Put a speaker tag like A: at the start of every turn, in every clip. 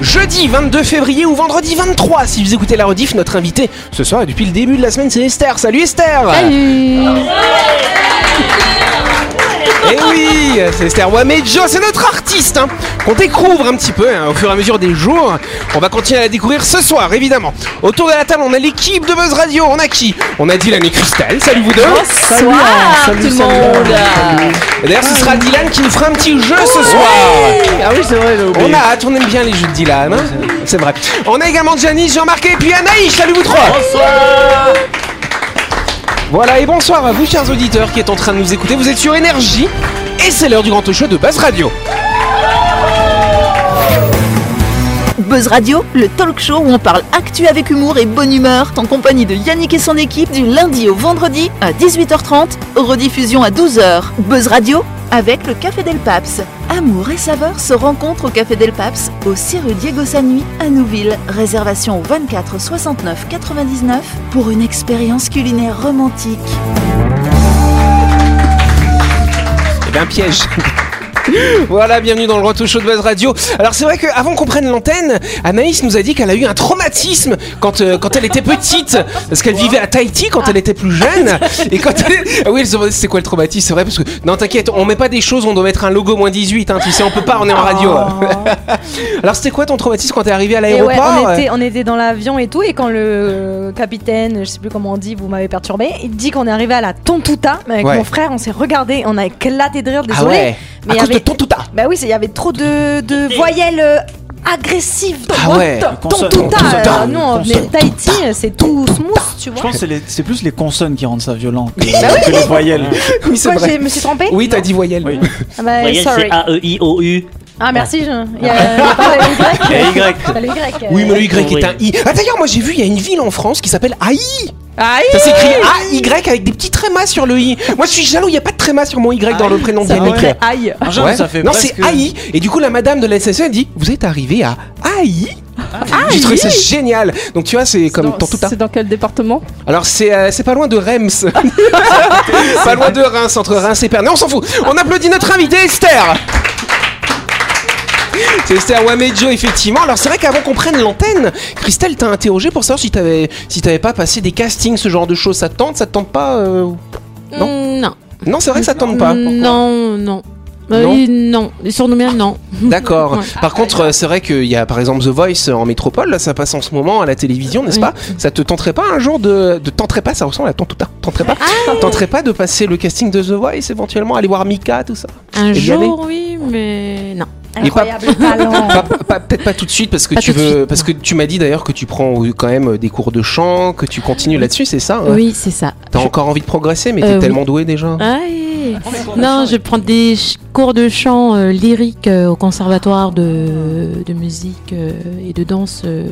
A: jeudi 22 février ou vendredi 23 si vous écoutez la rediff. Notre invité ce soir et depuis le début de la semaine, c'est Esther. Salut Esther
B: Salut
A: Et Eh oui, c'est Esther Wamejo, c'est notre artiste hein, qu'on découvre un petit peu hein, au fur et à mesure des jours. On va continuer à la découvrir ce soir, évidemment. Autour de la table, on a l'équipe de Buzz Radio. On a qui On a Dylan et Christelle. Salut vous deux.
B: Salut, tout le monde
A: Et D'ailleurs, ce sera Dylan qui nous fera un petit jeu ce soir.
C: Ah oui, c'est vrai, j'ai oublié.
A: On a hâte, on aime bien les jeux de Dylan. hein. c'est vrai. On a également Janice, Jean-Marc et puis Anaïs. Salut vous trois. Voilà, et bonsoir à vous, chers auditeurs qui êtes en train de nous écouter. Vous êtes sur Énergie et c'est l'heure du grand talk show de Buzz Radio.
D: Buzz Radio, le talk show où on parle actu avec humour et bonne humeur, en compagnie de Yannick et son équipe du lundi au vendredi à 18h30, rediffusion à 12h. Buzz Radio avec le Café Del Paps. Amour et saveur se rencontrent au Café Del Paps, au 6 rue Diego Sanui à Nouville. Réservation au 24 69 99 pour une expérience culinaire romantique.
A: Eh bien, piège. Voilà, bienvenue dans le grand talk show de Buzz Radio. Alors c'est vrai qu'avant qu'on prenne l'antenne, Anaïs nous a dit qu'elle a eu un traumatisme quand, euh, quand elle était petite, parce qu'elle vivait à Tahiti quand elle était plus jeune. Et quand elle... Ah oui, elle se demandait c'est quoi le traumatisme, c'est vrai, parce que... Non, t'inquiète, on met pas des choses, on doit mettre un logo moins 18, hein, tu sais, on peut pas, on est en radio. Alors c'était quoi ton traumatisme quand t'es arrivé à
E: Et Oh. ouais,
A: l'aéroport
E: on, était, on était dans l'avion et tout, et quand le capitaine, je sais plus comment on dit, vous m'avez perturbé, il dit qu'on est arrivé à la Tontouta, mais avec
A: Ouais.
E: mon frère, on s'est regardé, on a éclaté de rire,
A: Ah
E: désolé.
A: ouais,
E: Mais
A: à
E: il y
A: cause de
E: avait-
A: Tontouta.
E: Bah oui, c'est- il y avait trop de, de voyelles euh, agressives.
A: Ah ouais.
E: Tontouta,
A: Tontouta.
E: euh, non, mais Tahiti, c'est tout smooth, tu
C: Je
E: vois.
C: pense que c'est les- c'est plus les consonnes qui rendent ça violent que, que les voyelles.
A: Oui, c'est
E: Quoi,
A: vrai.
E: j'ai- me suis trompée
A: Oui, t'as dit voyelle.
C: Oui.
E: Ah bah,
F: Voyelle,
E: sorry.
F: c'est E A-E-I-O-U.
E: Ah merci, je... il y a, il y a pas le Y.
C: Il y a Y.
E: Pas le Y, euh.
A: Oui, mais le Y
F: Oui.
A: est un I. Ah, d'ailleurs, moi j'ai vu, il y a une ville en France qui s'appelle Haï.
E: Aïe.
A: Ça s'écrit A-Y avec des petits trémas sur le I. Moi je suis jaloux, il n'y a pas de tréma sur mon Y dans le prénom de
C: ça
A: Yannick.
C: ouais.
E: Aïe.
C: Un jour,
A: Ouais.
C: ça fait
A: non,
C: presque-
A: c'est Haï. Et du coup, la madame de la SSE dit Vous êtes arrivé à Haï J'ai trouvé ça génial. Donc tu vois, c'est comme dans tout un.
B: C'est dans quel département
A: Alors c'est euh, c'est pas loin de Reims. pas loin de Reims, entre Reims et Perne. On s'en fout. On applaudit notre invité Esther. C'est Esther Wamejo, effectivement. Alors c'est vrai qu'avant qu'on prenne l'antenne, Christelle t'a interrogé pour savoir si t'avais si t'avais pas passé des castings, ce genre de choses. Ça te tente Ça te tente pas euh, Non.
G: Mm, Non. Mm,
A: Non, c'est vrai que ça te tente pas.
G: Non, non. Euh,
A: Non
G: oui, non. Les surnommés, non.
A: D'accord.
G: Ouais.
A: Par contre, euh, c'est vrai qu'il y a par exemple The Voice en métropole, là ça passe en ce moment à la télévision, n'est-ce
G: Oui.
A: pas Ça te tenterait pas un jour de. de tenterait pas, ça ressemble à Tantouta. Tenterait pas
G: Ah
A: Tenterait pas de passer le casting de The Voice éventuellement, aller voir Mika, tout ça Et
G: Un
A: y aller.
G: jour, oui, mais non.
A: Et pas-
E: Incroyable talent.
A: Pas- pas- Peut-être pas tout de suite parce que
G: Ah. Pas
A: tu
G: tout de
A: veux.
G: suite,
A: parce
G: non.
A: que tu m'as dit d'ailleurs que tu prends euh, quand même des cours de chant, que tu continues là-dessus, c'est ça hein
G: Oui, c'est ça.
A: T'as encore envie de progresser, mais t'es
G: Euh, oui.
A: tellement doué déjà.
G: Aïe. Non, je prends des ch- cours de chant euh, lyrique euh, au conservatoire de, de musique euh, et de danse. euh,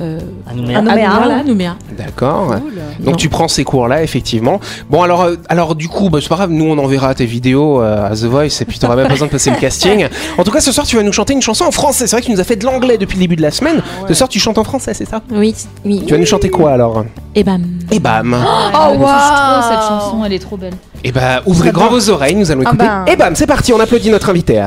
G: euh,
F: Anoumea.
E: Ah, non, mais
G: à
E: alors,
G: Nouméa, Nouméa.
A: D'accord.
B: Cool.
A: Donc
G: Non.
A: tu prends ces cours-là, effectivement. Bon, alors, euh, alors du coup, bah, c'est pas grave, nous on enverra tes vidéos euh, à The Voice et puis t'auras même pas besoin de passer le casting. En tout cas, ce soir, tu vas nous chanter une chanson en français. C'est vrai que tu nous as fait de l'anglais depuis le début de la semaine. Ce soir, tu chantes en français, c'est ça
G: Oui, oui.
A: Tu vas nous chanter quoi alors
G: Et bam.
A: Et bam
E: Oh,
H: Elle me touche
E: wow.
H: trop, cette chanson, elle est trop belle.
A: Et bah, ouvrez grand vos oreilles, nous allons
E: Ah
A: écouter.
E: ben.
A: Et bam, c'est parti, on applaudit notre invité.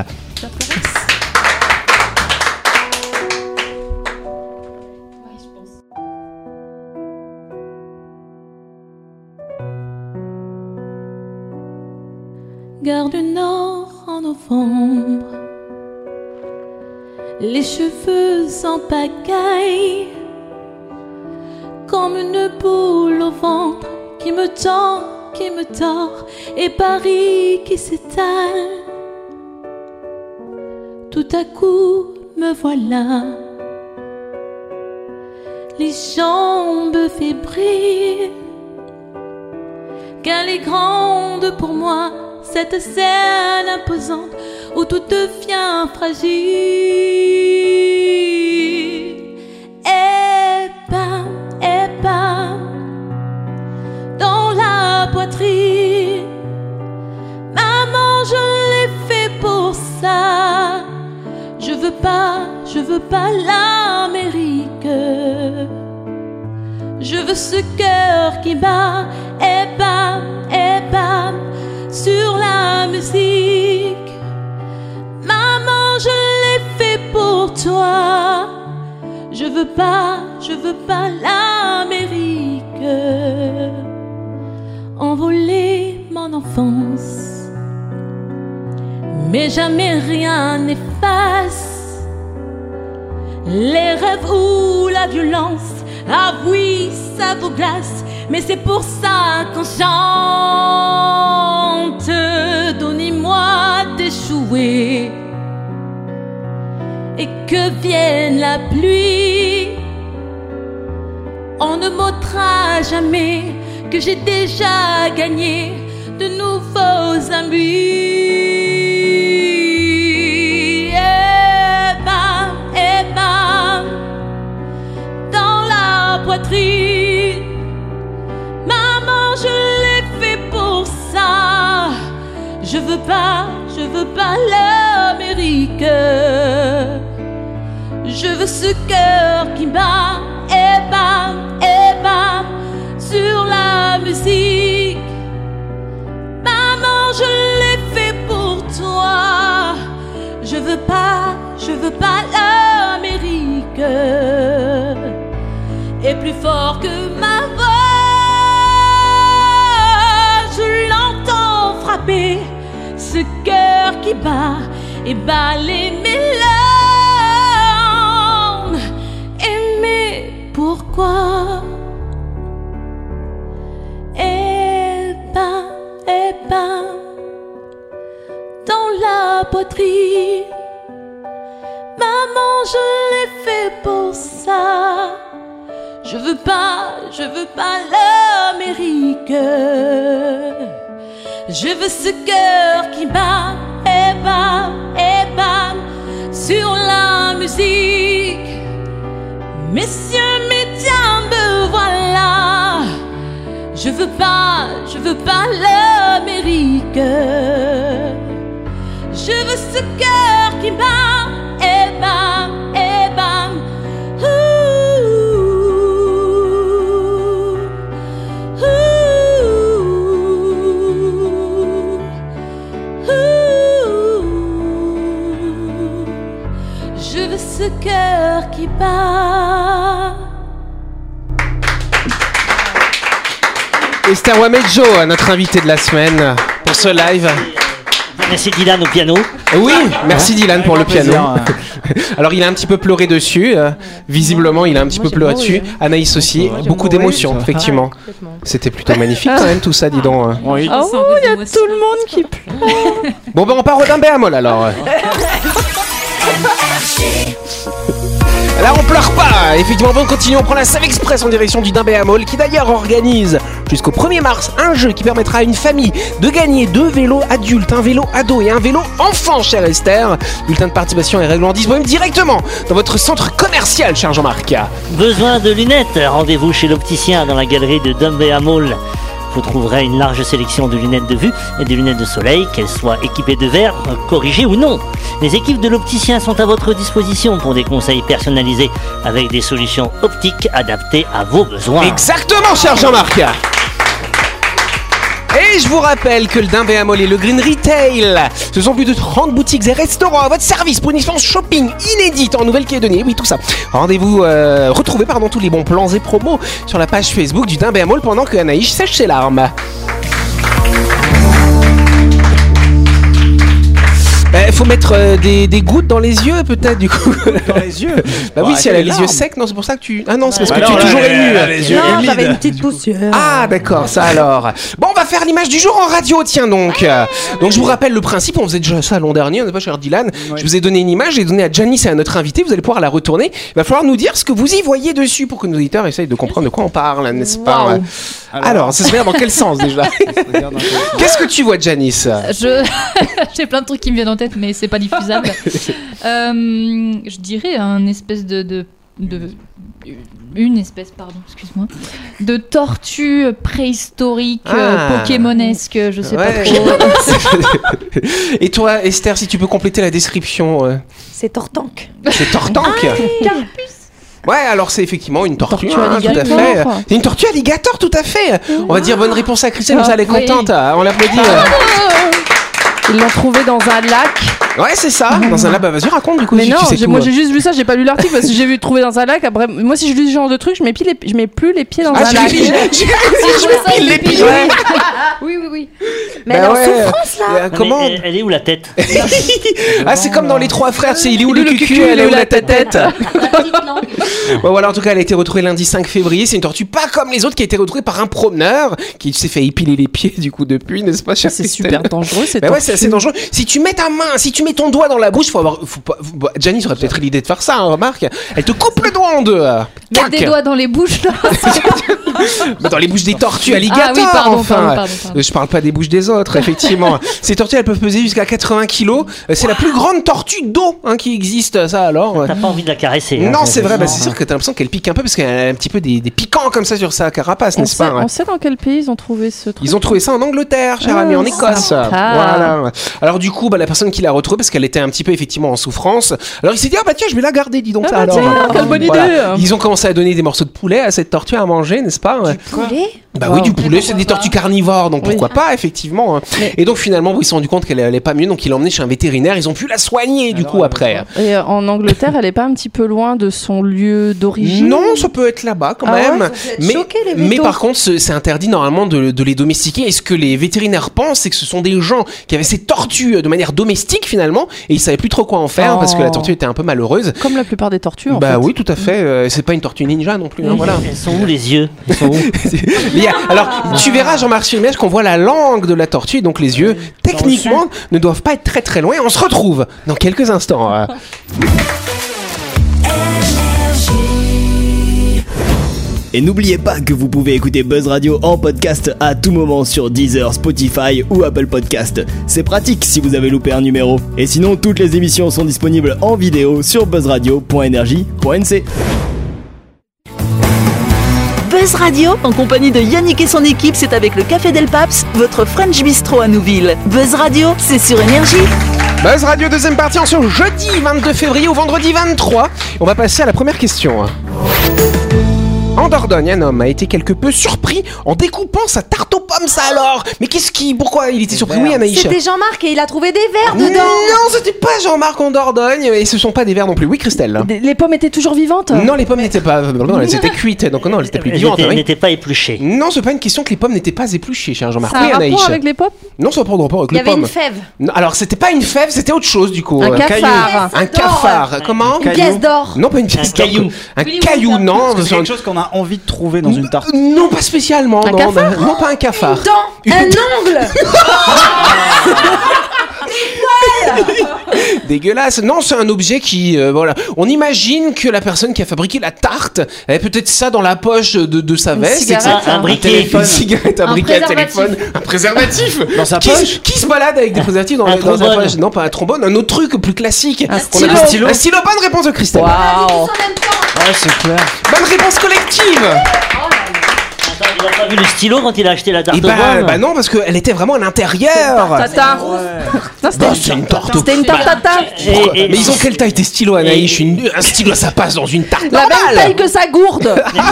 G: Gare du Nord en novembre. Les cheveux en pagaille, comme une boule au ventre qui me tend, qui me tord, et Paris qui s'étale. Tout à coup, me voilà. Les jambes fébriles qu'elle est grande pour moi, cette scène imposante où tout devient fragile. Et bam, et bam, eh ben, dans la poitrine. Maman, je l'ai fait pour ça. Je veux pas, je veux pas l'Amérique. Je veux ce cœur qui bat et bam, et bam sur la musique. Maman, je l'ai fait pour toi. veux pas, je veux pas l'Amérique. Envoler mon enfance, mais jamais rien n'efface les rêves ou la violence. Ah oui, ça vous glace, mais c'est pour ça qu'on chante. Donnez-moi d'échouer et que vienne la pluie. On ne m'ôtera jamais que j'ai déjà gagné de nouveaux amis. Eh ben, eh ben, dans la poitrine, maman, je l'ai fait pour ça. Je veux pas, je veux pas l'Amérique. Je veux ce cœur qui bat eh et bat et bat bah, sur la musique. Maman, je l'ai fait pour toi. Je veux pas, je veux pas l'Amérique. Et plus fort que ma voix, je l'entends frapper ce cœur qui bat et bat les mélanges. Aimer pourquoi Eh ben, eh ben, dans la poitrine, maman, je l'ai fait pour ça. Je veux pas, je veux pas l'Amérique. Je veux ce cœur qui bat eh et bat et bat bah, sur la musique. Messieurs, mesdames, me voilà. Je veux pas, je veux pas l'Amérique. Je veux ce cœur qui bat eh et bat et bat. Ouh, ouh, ouh. Je veux ce cœur qui bat.
A: Esther Wamejo, hein, notre invitée de la semaine, pour ce live.
F: Ah, Merci Dylan au piano.
A: Oui, merci Dylan pour le
C: Avec grand
A: piano.
C: plaisir, hein.
A: Alors il a un petit peu pleuré dessus, euh, visiblement il a un petit peu
E: Moi, j'ai
A: pleuré
E: pleuré,
A: dessus.
E: hein.
A: Anaïs aussi,
C: Moi, j'ai
A: beaucoup
C: pleuré,
A: d'émotions,
C: ça.
A: effectivement. C'était plutôt magnifique quand même tout ça, dis donc. euh.
C: euh, oui.
B: Ah ouh, il y a tout le monde qui
A: Bon ben on part au Dimbéamol alors. Là on pleure pas, effectivement avant de continuer on prend la salle express en direction du Dimbéamol qui d'ailleurs organise jusqu'au 1er mars un jeu qui permettra à une famille de gagner deux vélos adultes, un vélo ado et un vélo enfant cher Esther. Bulletin de participation et règlement disponible directement dans votre centre commercial cher Jean-Marc.
F: Besoin de lunettes Rendez-vous chez l'opticien dans la galerie de Dumbea Mall. Vous trouverez une large sélection de lunettes de vue et des lunettes de soleil, qu'elles soient équipées de verre, euh, corrigées ou non. Les équipes de l'opticien sont à votre disposition pour des conseils personnalisés avec des solutions optiques adaptées à vos besoins.
A: Exactement, cher Jean-Marc. Et je vous rappelle que le Dimbéamol et le Green Retail, ce sont plus de 30 boutiques et restaurants à votre service pour une expérience shopping inédite en Nouvelle-Calédonie. Oui, tout ça. Rendez-vous, euh, retrouvez pardon, tous les bons plans et promos sur la page Facebook du Dimbéamol pendant que Anaïs sèche ses larmes. Euh, faut mettre euh, des, des gouttes dans les yeux, peut-être, du coup.
C: Ah, Dans les yeux.
A: Bah oui,
C: Bah,
A: si elle a les
C: larmes.
A: yeux secs, non, c'est pour ça que tu. Ah non, c'est parce
C: Bah
A: que tu
C: non,
A: es
C: là,
A: toujours
C: elle-
A: ému.
C: elle a les yeux
E: Non,
C: humides.
E: j'avais une petite poussière.
A: Ah d'accord, ça alors. Bon, on va faire l'image du jour en radio, tiens donc. Euh, Donc je vous rappelle le principe, on faisait déjà ça l'an dernier, on n'est pas cher Dylan. Je vous ai donné une image, j'ai donné à Janice et à notre invité, vous allez pouvoir la retourner. Il va falloir nous dire ce que vous y voyez dessus pour que nos auditeurs essayent de comprendre de quoi on parle, n'est-ce pas
B: Waouh.
A: Alors, ça se fait dans quel sens déjà Qu'est-ce que tu vois Janice
I: Je j'ai plein de trucs qui me viennent en tête, mais c'est pas diffusable. Euh, je dirais un espèce de, de, de- une espèce, pardon, excuse-moi, de tortue préhistorique, euh,
A: Ah.
I: pokémonesque, je sais
A: Ouais.
I: pas trop.
A: Et toi Esther, si tu peux compléter la description, euh,
E: C'est Tortank.
A: c'est tortanque Ouais, alors c'est effectivement une tortue,
B: Tortue
A: hein, tout à
B: alligator.
A: fait. C'est une tortue alligator, tout à fait. On va dire bonne Ah, réponse à Christelle, comme ça elle est
I: Ah, oui.
A: contente. hein, On l'applaudit.
B: Ils l'ont trouvé dans un lac
A: Ouais, c'est ça. Dans un lab, bah, vas-y, raconte du coup.
J: Mais
A: si
J: non,
A: tu sais
J: j'ai-
A: tout,
J: moi
A: euh.
J: j'ai juste lu ça, j'ai pas lu l'article parce que j'ai vu trouver dans un lac. Après, moi si je lis ce genre de truc, je mets, pile les- je mets plus les pieds dans
A: Ah,
J: un
A: j'ai-
J: lac.
A: j'ai- j'ai- je mets pile les pieds.
J: Ouais.
E: Oui, oui, oui.
A: Mais Bah elle est en ouais. souffrance, là. Euh, comment
F: Mais elle, elle est où la tête
A: Ah, c'est comme dans les trois frères, c'est il est où le cucu, elle est où la tête Bon, voilà, en tout cas, elle a été retrouvée lundi 5 février. C'est une tortue pas comme les autres qui a été retrouvée par un promeneur qui s'est fait épiler les pieds du coup depuis, n'est-ce pas, Ah, C'est
J: super dangereux, cette
A: Bah ouais, c'est
J: tortue.
A: assez dangereux. Si tu mets ta main, si tu mets ton doigt dans la bouche, faut avoir. Faut pas, faut- bah, Janice aurait peut-être l'idée de faire ça, hein, remarque. Elle te coupe le doigt en deux. euh.
I: Mettre des
A: Tac.
I: doigts dans les bouches, là.
A: Mais dans les bouches des tortues alligators,
I: Ah oui, pardon,
A: enfin. Euh,
I: pardon, pardon, pardon.
A: Je parle pas des bouches des autres, effectivement. Ces tortues, elles peuvent peser jusqu'à 80 kilos. Euh, C'est la plus grande tortue d'eau hein, qui existe, ça alors.
F: T'as pas envie de la caresser. hein.
A: Non, c'est vrai, bah,
F: Non.
A: c'est sûr que t'as l'impression qu'elle pique un peu parce qu'elle a un petit peu des, des piquants comme ça sur sa carapace,
J: On
A: n'est-ce
J: sait,
A: pas hein. ouais.
J: on sait dans quel pays ils ont trouvé ce truc.
A: Ils ont trouvé ça en Angleterre, cher
J: Ah,
A: ami, en
J: ça
A: Écosse.
J: va.
A: Voilà. Alors du coup, bah, la personne qui l'a retrouvée, parce qu'elle était un petit peu effectivement en souffrance, alors il s'est dit ah bah tiens, je vais la garder, dis donc.
J: Ah
A: ça,
J: bah
A: alors.
J: tiens, quelle bonne
A: Voilà.
J: idée. hein.
A: Ils ont commencé à donner des morceaux de poulet à cette tortue à manger, n'est-ce pas ouais.
E: Poulet
A: Bah oui, du poulet, c'est des tortues carnivores, donc pourquoi pas, effectivement. hein. Et donc finalement, bon, ils se sont rendu compte qu'elle allait pas mieux, donc ils l'ont emmenée chez un vétérinaire. Ils ont pu la soigner du coup après.
J: Et euh, en Angleterre, elle est pas un petit peu loin de son lieu d'origine
A: Non, ça peut être là-bas quand
J: Ah ouais,
A: même.
J: ça peut être
A: mais,
J: choqué, les
A: mais
J: vétos.
A: par contre, ce- c'est interdit normalement de, de les domestiquer. Et ce que les vétérinaires pensent, c'est que ce sont des gens qui avaient ces tortues euh, de manière domestique finalement, et ils savaient plus trop quoi en faire
J: Oh.
A: parce que la tortue était un peu malheureuse.
J: Comme la plupart des tortues, en
A: bah
J: fait.
A: oui, tout à fait. euh, c'est pas une tortue ninja non plus. hein, voilà.
F: Elles sont où les yeux Elles sont où
A: Il y a- alors, tu verras, Jean-Marc sur l'image, qu'on voit la langue de la tortue, donc les yeux, techniquement, ne doivent pas être très très loin. On se retrouve dans quelques instants. euh.
K: Et n'oubliez pas que vous pouvez écouter Buzz Radio en podcast à tout moment sur Deezer, Spotify ou Apple Podcast. C'est pratique si vous avez loupé un numéro. Et sinon, toutes les émissions sont disponibles en vidéo sur buzzradio.energie.nc.
D: Buzz Radio, en compagnie de Yannick et son équipe, c'est avec le Café Del Paps, votre French Bistro à Nouville. Buzz Radio, c'est sur Énergie.
A: Buzz Radio, deuxième partie, en ce jeudi 22 février au vendredi 23. On va passer à la première question. hein. En Dordogne, un homme a été quelque peu surpris en découpant sa tarte aux pommes, ça alors Mais qu'est-ce qui... Pourquoi il était surpris Oui, Anaïs
E: C'était Jean-Marc et il a trouvé des verres
A: Non,
E: dedans.
A: c'était pas Jean-Marc en Dordogne et ce sont pas des verres non plus. Oui, Christelle
E: Des- Les pommes étaient toujours vivantes
A: Hein Non, les pommes n'étaient pas... euh, Non, elles étaient cuites, donc non, elles étaient plus
F: Elles
A: vivantes. hein,
F: étaient- elles
A: oui.
F: n'étaient pas épluchées.
A: Non, c'est pas une question que les pommes n'étaient pas épluchées, cher Jean-Marc.
J: Ça a
A: Oui,
J: un
A: Anaïs.
J: rapport avec les pop
A: Non, ça n'a pas de rapport avec
E: Il y
A: les
E: avait
A: pommes.
E: une fève.
A: Non, alors, c'était pas une fève, c'était autre chose du coup. hein.
E: Un cafard.
A: Un cafard. Comment
E: Une pièce d'or.
A: Non, pas une pièce d'or.
C: caillou.
A: Un caillou, non.
C: Parce que c'est
A: sur un-
C: quelque chose qu'on a envie de trouver dans une tarte.
A: Non, pas spécialement. non,
E: cafard
A: non, pas un cafard.
E: Dans un ongle
A: Dégueulasse. Non, c'est un objet qui, euh, voilà. On imagine que la personne qui a fabriqué la tarte avait peut-être ça dans la poche de, de sa veste.
F: cigarette,
A: etc.
F: hein. Un briquet.
A: Une cigarette, un,
E: Un
A: briquet, un
E: préservatif.
A: téléphone, un préservatif.
C: Dans sa
A: qui,
C: poche
A: qui se balade avec des préservatifs dans, dans
F: Un
A: sa
F: trombone.
A: poche Non, pas un trombone, un autre truc plus classique. Un
J: stylo.
A: Un stylo. Un stylo, bonne réponse de Christelle.
J: Waouh
C: Ouais, c'est clair.
A: Bonne réponse collective.
F: Attends, il a pas vu le stylo quand il a acheté la tarte
A: Et
F: aux
A: bah,
F: pommes
A: bah non, parce qu'elle était vraiment à l'intérieur.
J: Tata
A: Bah, c'est une tarte.
J: C'était une tarte tata
A: Pourquoi
F: Et- et-
A: Mais ils ont quelle taille tes stylos, Anaïs Une- Un stylo, ça passe dans une tarte
J: La même
A: normale.
J: taille que sa gourde
A: Ah.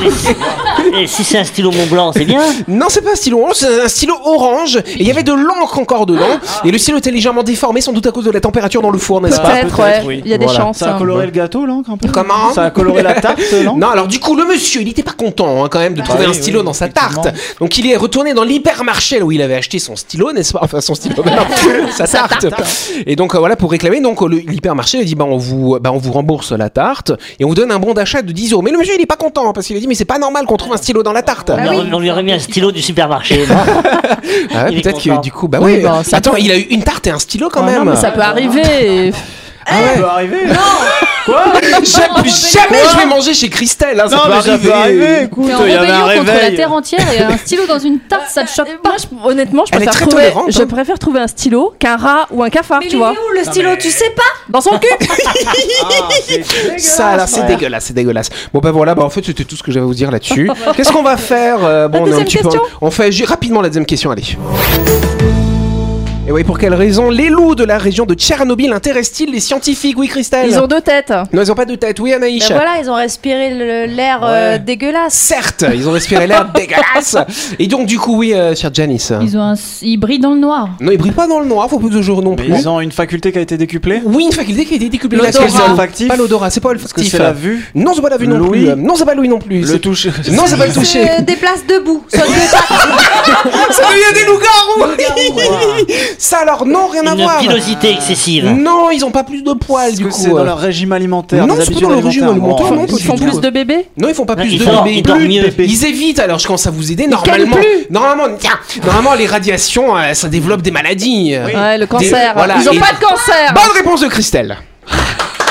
F: Et si c'est un stylo Mont Blanc, c'est bien.
A: Non, c'est pas un stylo orange, c'est un stylo orange. Et il y avait de l'encre encore dedans. Et le stylo était légèrement déformé, sans doute à cause de la température dans le four, n'est-ce pas
J: Peut-être, ouais.
C: Bah, oui.
J: Il y a des
A: Voilà.
J: chances.
C: Ça
J: hein.
C: a coloré le gâteau, là, un peu
A: Comment
C: Ça a coloré la tarte, non
A: Non, alors du coup, le monsieur, il était pas content hein, quand même de trouver
C: oui,
A: un stylo
C: oui,
A: dans sa
C: effectivement.
A: tarte. Donc il est retourné dans l'hypermarché là où il avait acheté son stylo, n'est-ce pas Enfin, son stylo, mais non, sa tarte. Et donc euh, voilà, pour réclamer, donc euh, le- l'hypermarché il a dit bah on, vous, bah on vous rembourse la tarte et on vous donne un bon d'achat de 10 euros. Mais le monsieur, il est pas content hein, parce qu'il a dit mais c'est pas normal qu'on trouve un stylo dans la tarte.
F: on, lui a- on lui a remis un stylo du supermarché. non
A: Ah ouais,
F: Il est
A: peut-être
F: content.
A: que du coup, bah
J: Oui,
A: oui.
J: bah, ça
A: Attends, il a eu une tarte et un stylo quand
J: Ah
A: même.
J: non, mais ça peut arriver.
A: Ah
C: Ça
A: ouais.
C: peut arriver. Non,
A: Ah, Jamais, jamais je vais manger chez Christelle. Hein, ça peut
C: mais ça
A: arriver.
C: peut arriver. Écoute,
I: T'es en
C: il y avait
I: rébellion
C: un
I: contre la
C: réveil.
I: terre entière et un stylo dans une tarte,
E: Euh,
I: ça te choque pas.
J: Moi, je- honnêtement, je
A: Elle est
J: préfère,
A: très
J: trouver,
A: tolérante,
J: je
A: hein.
J: préfère trouver un stylo qu'un rat ou un cafard,
E: Mais il
J: tu
E: est
J: vois.
E: où le stylo Tu sais pas
J: Dans son cul
C: Ah, c'est-
A: Ça là, c'est dégueulasse, c'est dégueulasse. Bon bah voilà, bah en fait c'était tout ce que j'avais à vous dire là-dessus. Qu'est-ce qu'on va faire euh, Bon, on est un
J: deuxième
A: petit peu-
J: question
A: on fait ju- rapidement la deuxième question, allez. Et oui, pour quelle raison les loups de la région de Tchernobyl intéressent-ils les scientifiques Oui, Christelle
J: Ils ont deux têtes.
A: Non, ils ont pas deux têtes. Oui, Anaïs.
E: Ben voilà, ils ont respiré le- l'air euh, dégueulasse.
A: Certes, ils ont respiré l'air dégueulasse. Et donc, du coup, oui, euh, chère Janice.
I: Ils, ont un- ils brillent dans le noir.
A: Non, ils brillent pas dans le noir, faut pas que je joue non plus.
C: Ils ont une faculté qui a été décuplée
A: Oui, une faculté qui a été décuplée.
C: L'odorat.
A: Parce qu'elles ont-
C: Olfactif
A: Pas l'odorat, c'est pas olfactif.
C: que c'est la vue
A: Non, c'est pas la vue non
C: L'ouïe
A: plus. Non, c'est pas l'ouïe non plus.
C: Le
A: C'est-
C: toucher
A: Non, c'est pas le toucher.
E: Se déplace debout. Se
A: Ça devient des loups-garous Ça alors, non, rien à
F: Une
A: voir.
F: pilosité excessive.
A: Non, ils ont pas plus de poils du
C: que
A: coup.
C: c'est dans
A: euh.
C: leur régime alimentaire
A: Non,
C: des
A: c'est pas
C: habitudes
A: dans le régime alimentaire,
C: alimentaires.
A: non,
C: Bon,
A: pas
C: enfin,
A: du tout.
J: de bébés
A: Non, ils font pas plus
C: Ils
A: de
C: dorment-
A: bébés.
C: ils dorment
A: Plus de
C: mieux.
A: bébés. Ils évitent alors, je commence à vous aider. Normalement, normalement, tiens, normalement, les radiations, euh, ça développe des maladies. euh,
J: Ouais, le
A: des-
J: cancer.
A: voilà,
J: Ils ont
A: et- Bah.
J: pas de cancer.
A: Bonne réponse de Christelle.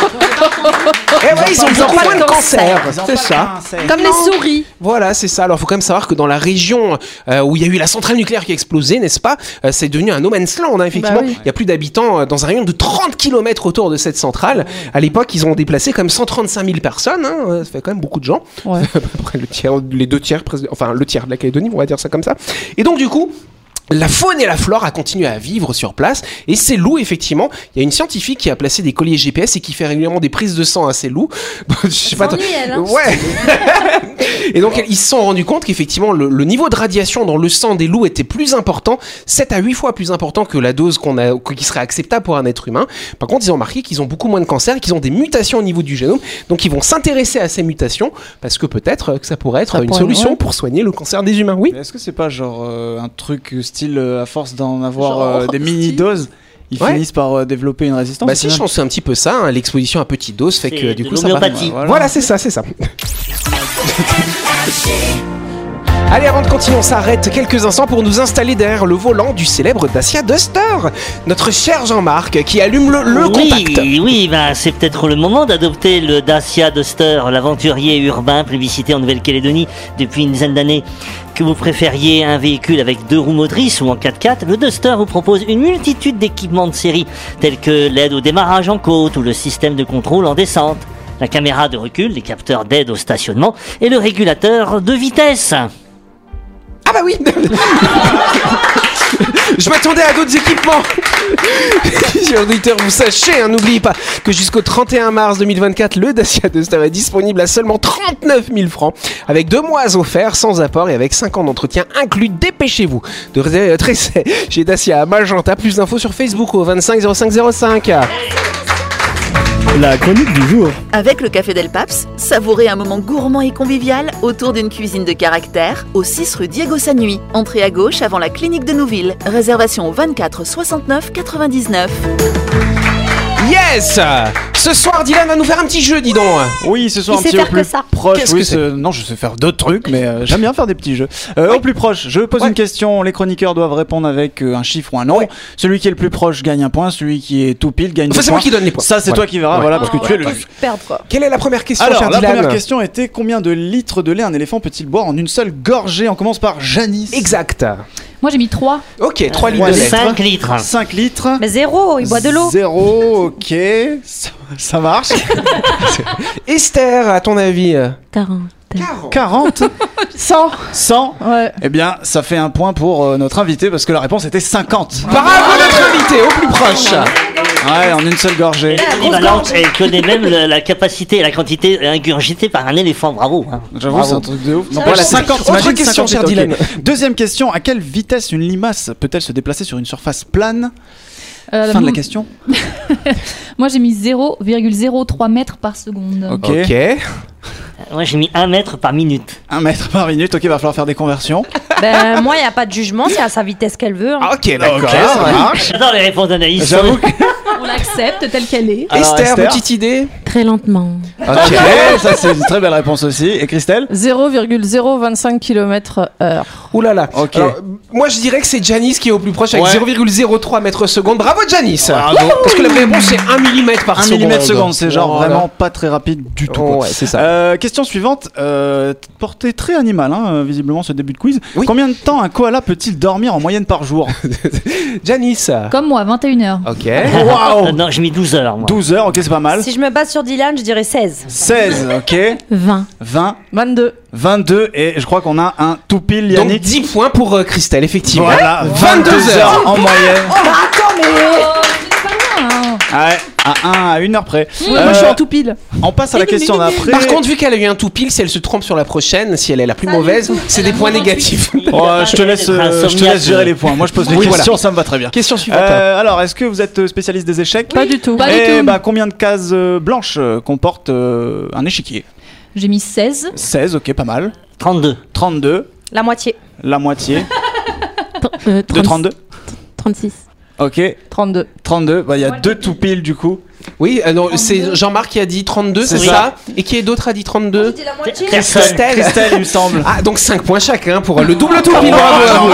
A: Eh ouais, ils ont, ils ont pas, de cancer, c'est ça.
E: Comme les souris.
A: Voilà, c'est ça. Alors, faut quand même savoir que dans la région euh, où il y a eu la centrale nucléaire qui a explosé, n'est-ce pas euh, C'est devenu un no man's land, hein, effectivement.
J: Bah oui.
A: Il y a plus d'habitants euh, dans un rayon de 30 km autour de cette centrale. À l'époque, ils ont déplacé comme 135 000 personnes. hein, euh, ça fait quand même beaucoup de gens.
J: Ouais.
A: À peu près le tiers- les deux tiers, presque- enfin le tiers de la Calédonie, on va dire ça comme ça. Et donc, du coup. La faune et la flore a continué à vivre sur place et ces loups effectivement, il y a une scientifique qui a placé des colliers GPS et qui fait régulièrement des prises de sang à ces loups. Je sais pas.
E: s'ennuie, elle, hein.
A: Ouais. Et donc, ils se sont rendus compte qu'effectivement, le, le niveau de radiation dans le sang des loups était plus important, 7 à 8 fois plus important que la dose qu'on a, que- qui serait acceptable pour un être humain. Par contre, ils ont remarqué qu'ils ont beaucoup moins de cancers, et qu'ils ont des mutations au niveau du génome. Donc, ils vont s'intéresser à ces mutations parce que peut-être que ça pourrait être
C: Ça
A: une
C: pourrait-
A: solution
C: ouais.
A: pour soigner le cancer des humains. Oui.
C: Mais Est-ce que c'est pas genre euh, un truc euh, style euh, à force d'en avoir euh,
A: oh,
C: des mini doses, ils
A: Ouais.
C: finissent par euh, développer une résistance
A: Bah
C: au
A: si,
C: final
A: je pense que c'est un petit peu ça. hein. L'exposition à petite dose fait que
C: C'est
A: du
C: de
A: coup ça va.
C: l'homéopathie.
A: Voilà, c'est ça, c'est ça. Allez, avant de continuer, on s'arrête quelques instants pour nous installer derrière le volant du célèbre Dacia Duster. Notre cher Jean-Marc qui allume le, le
F: oui,
A: contact.
F: Oui, bah, c'est peut-être le moment d'adopter le Dacia Duster, l'aventurier urbain plébiscité en Nouvelle-Calédonie depuis une dizaine d'années. Que vous préfériez un véhicule avec deux roues motrices ou en 4x4, le Duster vous propose une multitude d'équipements de série, tels que l'aide au démarrage en côte ou le système de contrôle en descente, la caméra de recul, les capteurs d'aide au stationnement et le régulateur de vitesse.
A: Ah bah oui Je m'attendais à d'autres équipements Chers auditeurs, vous sachez, hein, n'oubliez pas que jusqu'au 31 mars 2024, le Dacia Duster est disponible à seulement 39 000 francs, avec deux mois offerts, sans apport et avec 5 ans d'entretien inclus. Dépêchez-vous de réserver votre essai chez Dacia à Magenta. Plus d'infos sur Facebook au 25 05 05.
K: La chronique du jour.
D: Avec le Café Del Paps, savourez un moment gourmand et convivial autour d'une cuisine de caractère au 6 rue Diego Sanui. Entrée à gauche avant la clinique de Nouville. Réservation au 24 69 99.
A: Yes Ce soir, Dylan va nous faire un petit jeu, dis donc
C: Oui, ce soir
A: Il
C: un
A: sait
C: petit peu
A: faire que
C: plus
A: ça.
C: proche.
A: Qu'est-ce
C: oui,
A: que c'est
C: ce- Non, je sais faire d'autres trucs, mais euh, j'aime bien faire des petits jeux. Euh, Au plus proche, je pose une question, les chroniqueurs doivent répondre avec euh, un chiffre ou un nom. Celui qui est le plus proche gagne un point, celui qui est tout pile gagne
A: Enfin,
C: deux
A: c'est
C: points.
A: moi qui donne les points.
C: Ça, c'est
A: Voilà.
C: toi qui verras,
A: Ouais.
C: voilà, parce que tu es le juge.
E: perdre quoi.
A: Quelle est la première question,
C: Alors,
A: cher
C: la
A: Dylan
C: première question était combien de litres de lait un éléphant peut-il boire en une seule gorgée On commence par Janice.
A: Exact.
I: Moi j'ai mis 3.
A: Ok, 3 litres
C: Trois
A: de lait.
C: litres. Cinq litres. 5 litres.
E: Mais zéro, il boit de l'eau.
C: Zéro, ok. Ça, ça marche.
A: Esther, à ton avis euh,
L: 40.
C: 40
J: 100.
C: 100
J: Ouais.
C: Eh bien, ça fait un point pour euh, notre invité parce que la réponse était 50.
A: Bravo notre invité, au plus proche
C: Ah, Ouais, en une seule gorgée.
F: Polyvalente, elle connaît même le- la capacité et la quantité ingurgitée par un éléphant, bravo. hein.
C: J'avoue,
F: Bravo.
C: c'est un truc de ouf.
F: Ça,
C: voilà,
F: je-
C: 50.
F: Autre
C: imagine
F: question,
C: 50,
F: cher
C: ok.
F: Dylan.
C: Deuxième question. À quelle vitesse une limace peut-elle se déplacer sur une surface plane
I: Euh,
C: Fin de la
I: m-
C: question.
I: Moi j'ai mis 0,03 mètres par seconde.
C: Ok.
F: Moi, j'ai mis 1 mètre par minute.
C: 1 mètre par minute. Ok, va falloir faire des conversions.
E: Ben, moi, il n'y a pas de jugement, c'est à sa vitesse qu'elle veut. hein.
A: Ok,
C: Ah, Ok, ça marche.
F: J'adore les réponses d'Anaïs.
C: J'avoue que-
I: On l'accepte telle qu'elle est.
C: Alors,
A: Esther, petite idée
L: Très lentement.
C: Ah, Ok, ça c'est une très belle réponse aussi. Et Christelle
J: 0,025 km heure.
A: Ouh là là.
C: Ok.
A: Alors, moi je dirais que c'est Janice qui est au plus proche avec
C: Ouais.
A: 0,03 mètres seconde. Bravo Janice
C: Bravo.
A: Parce que la réponse c'est 1 mm par
C: 1
A: seconde.
C: mm seconde, c'est genre
A: Voilà.
C: vraiment pas très rapide du tout. quoi.
A: Ouais, c'est ça.
C: Euh, question suivante, euh, portée très animale, hein, euh, visiblement ce début de quiz. Combien de temps un koala peut-il dormir en moyenne par jour
A: Janice
I: Comme moi, 21h.
A: Ok.
C: Waouh
F: non, j'ai mis 12 heures. moi.
C: 12 heures, ok, c'est pas mal.
A: Ah,
E: Si je me base sur sur Dylan, je dirais 16.
C: 16, ok
L: 20.
C: 20.
J: 22.
C: 22, et je crois qu'on a un tout pile,
A: Donc
C: Yannick.
A: 10 points pour euh, Christelle, effectivement.
C: Voilà, 22 heures en moyenne.
J: Oh, bah attends, mais.
E: hein.
C: Ouais, à 1 à 1 heure près.
A: Euh.
C: Euh,
J: Ouais, moi, je suis en tout pile.
C: On passe à la question d'après.
A: Par contre, vu qu'elle a eu un tout pile, si elle se trompe sur la prochaine, si elle est la plus mauvaise, c'est des points négatifs.
C: Oh, je te laisse, euh, je te laisse gérer les points. Moi, je pose les
A: Oui,
C: questions,
A: voilà.
C: ça me va très bien.
A: Question suivante.
C: Euh, alors, est-ce que vous êtes spécialiste des échecs
I: Pas du tout. Pas
C: Eh
I: du tout.
C: bah, combien de cases euh, blanches euh, comporte euh, un échiquier
I: J'ai mis 16.
C: 16, ok, pas mal.
F: 32.
C: 32,
E: La moitié.
C: la moitié Euh, de
J: euh,
L: 30
C: 32.
L: 36.
C: Ok.
J: 32.
C: 32, bah, il y a deux tout piles du coup.
A: Oui, euh, non, c'est Jean-Marc qui a dit 32, c'est
C: C'est
A: ça. Et qui est d'autre a dit 32 Christelle.
C: Christelle, il me semble.
A: Ah, donc 5 points chacun pour euh, le double tout pile.
C: Oh,
A: Bravo à vous.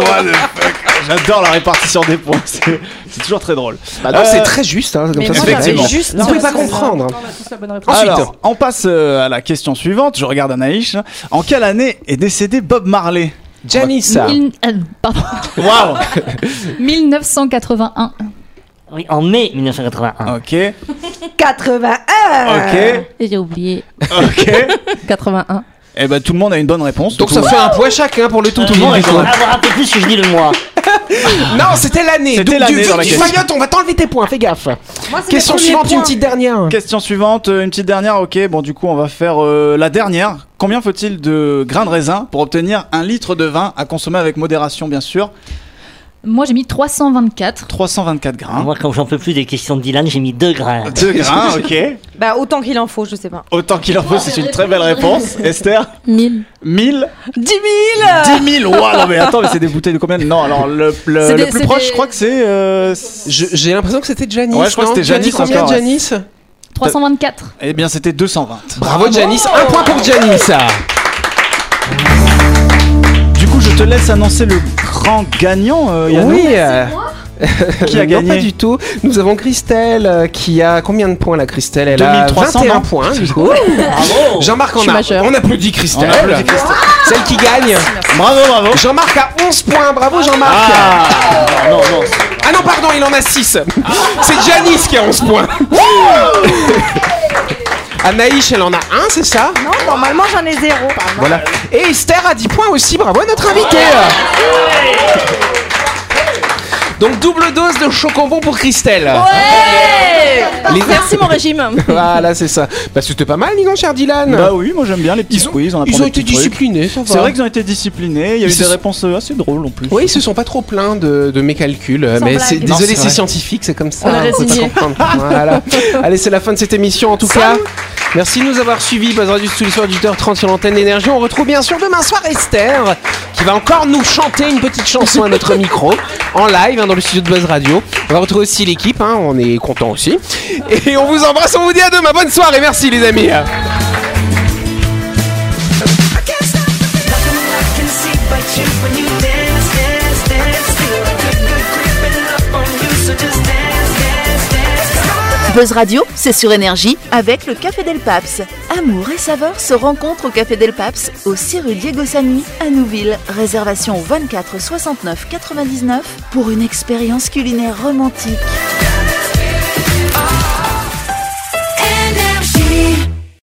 C: ouais, quoi de fuck J'adore la répartition des points, c'est c'est toujours très drôle.
A: Bah non,
C: Euh,
A: c'est très juste. Hein, comme
C: mais
A: ça,
C: moi,
A: c'est
C: j'avais
A: vrai.
C: juste
A: Vous pouvez pas
C: l'impression de-
A: comprendre. Ensuite,
C: Alors, on passe euh, à la question suivante. Je regarde Anaïs. En quelle année est décédé Bob Marley
A: Janice.
I: Mille- euh, pardon.
C: Waouh
I: 1981.
F: Oui, en mai 1981.
C: Ok.
E: 81
C: Ok.
L: J'ai oublié.
C: Ok.
J: 81.
C: Eh ben, tout le monde a une bonne réponse.
A: donc
C: Tout
A: ça
C: le
A: fait
C: monde-
A: un point chacun pour le tout
C: Ah,
F: Tout
A: tout
F: le monde
A: pile.
F: est
A: du coup. Ah,
F: content. avoir un peu plus que je dis le mois.
A: Non, c'était l'année.
C: C'était
A: Donc,
C: l'année
A: du-
C: dans
A: du- du
C: laquelle-
A: Mayotte, on va t'enlever tes points, fais gaffe.
E: Moi, c'est
A: Question
E: mes premiers
A: suivante, une
E: points.
A: petite dernière.
C: Question suivante, euh, une petite dernière. Ok. Bon, du coup, on va faire euh, la dernière. Combien faut-il de grains de raisin pour obtenir un litre de vin à consommer avec modération, bien sûr
I: Moi, j'ai mis 324.
C: 324 grains.
F: Moi, quand j'en peux plus des questions de Dylan, j'ai mis deux grains.
C: 2 grains, ok.
E: Bah, autant qu'il en faut, je sais pas.
C: Autant qu'il en faut, c'est une très belle réponse. Esther
L: 1000.
C: 1000
E: 10 000
C: 10 000 Waouh, non mais attends, mais c'est des bouteilles de combien de- Non, alors le, le-
J: C'est
C: le
J: des-
C: plus
J: c'est
C: proche,
J: des-
C: je crois que c'est. euh,
A: Je- J'ai l'impression que c'était Janice.
C: Ouais, je crois que
A: non
C: c'était
A: Tu as dit
C: Janice
A: combien,
C: encore, ouais.
A: Janice
I: 324.
C: Eh bien, c'était 220.
A: Bravo Janice, un point pour Janice.
C: Du coup, je te laisse annoncer le grand gagnant, euh, Yannou.
A: Oui. euh,
C: Qui a
A: non,
C: gagné
A: pas du tout. Nous avons Christelle euh, qui a combien de points là Christelle Elle a
C: 2300,
A: 21
C: non
A: points du coup.
F: Bravo
A: Jean-Marc en
J: suis
A: a.
J: majeure.
A: On applaudit
C: On applaudit
A: Christelle. Celle qui gagne.
C: Bravo, bravo.
A: Jean-Marc a 11 points. Bravo Jean-Marc.
C: Ah,
F: Non, non,
A: Ah non, pardon, il en a 6. C'est Janice qui a 11 points. Anaïs, elle en a 1, c'est ça
E: Non, normalement, j'en ai zéro.
A: Voilà. Et Esther a 10 points aussi, bravo à notre invité. Donc double dose de chocobon pour Christelle. Les-
J: Merci mon régime.
A: Voilà, c'est ça. Bah c'était pas mal, dis donc, cher Dylan.
C: Bah oui, moi j'aime bien les petits
A: ils ont,
C: quiz. on apprend
A: ils ont
C: des
A: été
C: petits trucs.
A: disciplinés, ça va.
C: C'est vrai qu'ils ont été disciplinés. Il y
A: Ils
C: a eu
A: se
C: des
A: sont-
C: réponses euh, assez drôles en plus.
A: Oui, ils se sont pas trop plaints de, de mes calculs, euh,
E: Sans
A: mais
E: blague.
A: c'est,
E: Non,
A: désolé,
C: c'est
A: c'est
C: vrai.
A: scientifique, c'est comme ça.
J: On est
A: hein, faut pas
J: résigné.
A: comprendre. Voilà. Allez, c'est la fin de cette émission en tout cas. Merci de nous avoir suivis. Buzz Radio tous les soirs du 8h30 sur l'antenne d'énergie. On retrouve bien sûr demain soir Esther qui va encore nous chanter une petite chanson à notre micro en live hein, dans le studio de Buzz Radio. On va retrouver aussi l'équipe, hein, on est content aussi. Et on vous embrasse, on vous dit à demain. Bonne soirée, merci les amis.
D: Buzz Radio, c'est sur énergie avec le Café Del Paps. Amour et saveur se rencontrent au Café Del Paps, au 6 rue Diego Sanui à Nouville. Réservation au 24 69 99 pour une expérience culinaire romantique.